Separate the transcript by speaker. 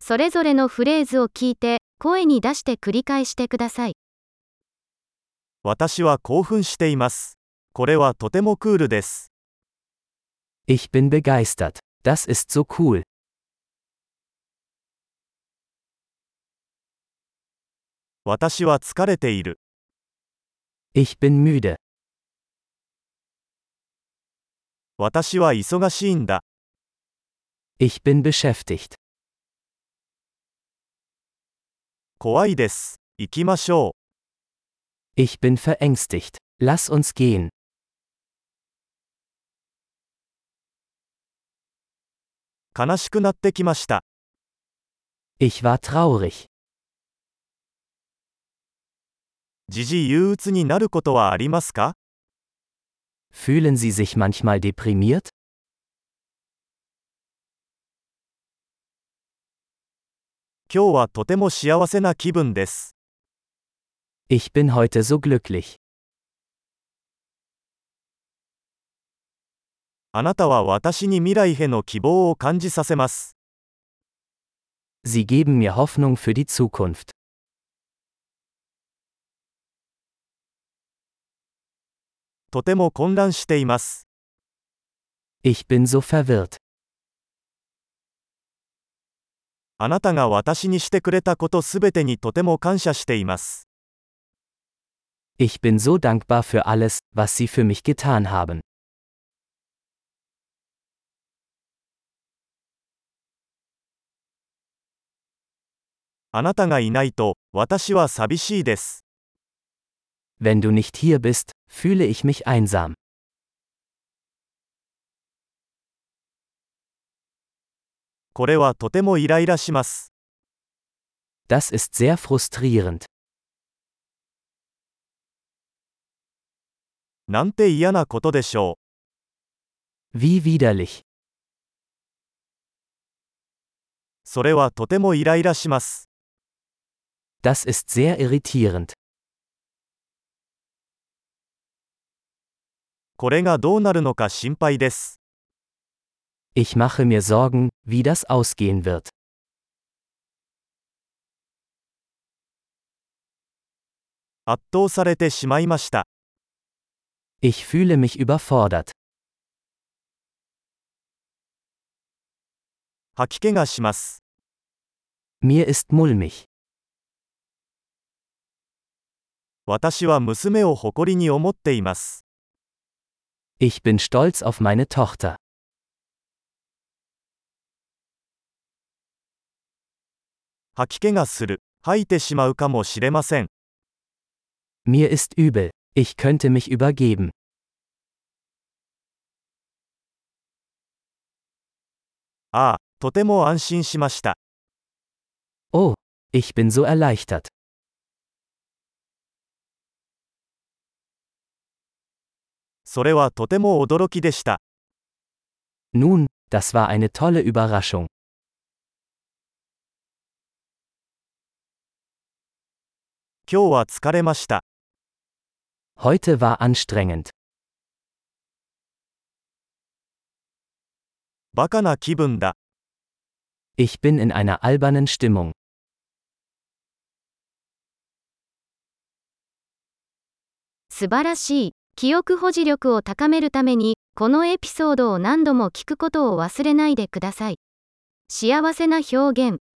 Speaker 1: それぞれのフレーズを聞いて、声に出して繰り返してください。
Speaker 2: 私は興奮しています。これはとてもクールです。
Speaker 3: Ich bin begeistert. Das ist so cool.
Speaker 2: 私は疲れている。
Speaker 3: Ich bin müde.
Speaker 2: 私は忙しいんだ。
Speaker 3: Ich bin beschäftigt.
Speaker 2: 怖いです。行きましょ
Speaker 3: Ich bin verängstigt. Lass uns gehen.
Speaker 2: う。悲しくなってきました。
Speaker 3: Ich war traurig.
Speaker 2: 時々憂鬱になることはありますか
Speaker 3: Fühlen Sie sich manchmal deprimiert?
Speaker 2: 今日はとても幸せな気分です。
Speaker 3: Ich bin heute so glücklich.
Speaker 2: あなたは私に未来への希望を感じさせます。
Speaker 3: Sie geben mir Hoffnung für die Zukunft.
Speaker 2: とても混乱しています。
Speaker 3: Ich bin so verwirrt.
Speaker 2: あなたが私にしてくれたことすべてにとても感謝しています。
Speaker 3: Ich bin so dankbar für alles, was Sie für mich getan haben.
Speaker 2: あなたがいないと、私は寂しいです。
Speaker 3: Wenn du nicht hier bist, fühle ich mich einsam.
Speaker 2: これはとてもイライラします。
Speaker 3: Das ist sehr frustrierend.
Speaker 2: なんて嫌なことでしょう。
Speaker 3: Wie widerlich.
Speaker 2: それはとてもイライラします。
Speaker 3: Das ist sehr irritierend.
Speaker 2: これがどうなるのか心配です。
Speaker 3: Ich mache mir Sorgen, wie das ausgehen wird.
Speaker 2: 圧倒されてしまいました。
Speaker 3: Ich fühle mich überfordert.
Speaker 2: 吐き気がします。
Speaker 3: Mir ist mulmig.
Speaker 2: 私は娘を誇りに思っています。
Speaker 3: Ich bin stolz auf meine Tochter.
Speaker 2: 吐き気がする。吐いてしまうかもしれません。
Speaker 3: Mir ist übel. Ich könnte mich übergeben.
Speaker 2: ああ、とても安心しました。
Speaker 3: Oh, ich bin so erleichtert.
Speaker 2: それはとても驚きでした。
Speaker 3: Nun, das war eine tolle Überraschung.
Speaker 2: 今日は疲れました。
Speaker 3: Heute war anstrengend.
Speaker 2: バカな気分だ。
Speaker 3: Ich bin in einer albernen Stimmung.
Speaker 1: 素晴らしい。記憶保持力を高めるために、このエピソードを何度も聞くことを忘れないでください。幸せな表現。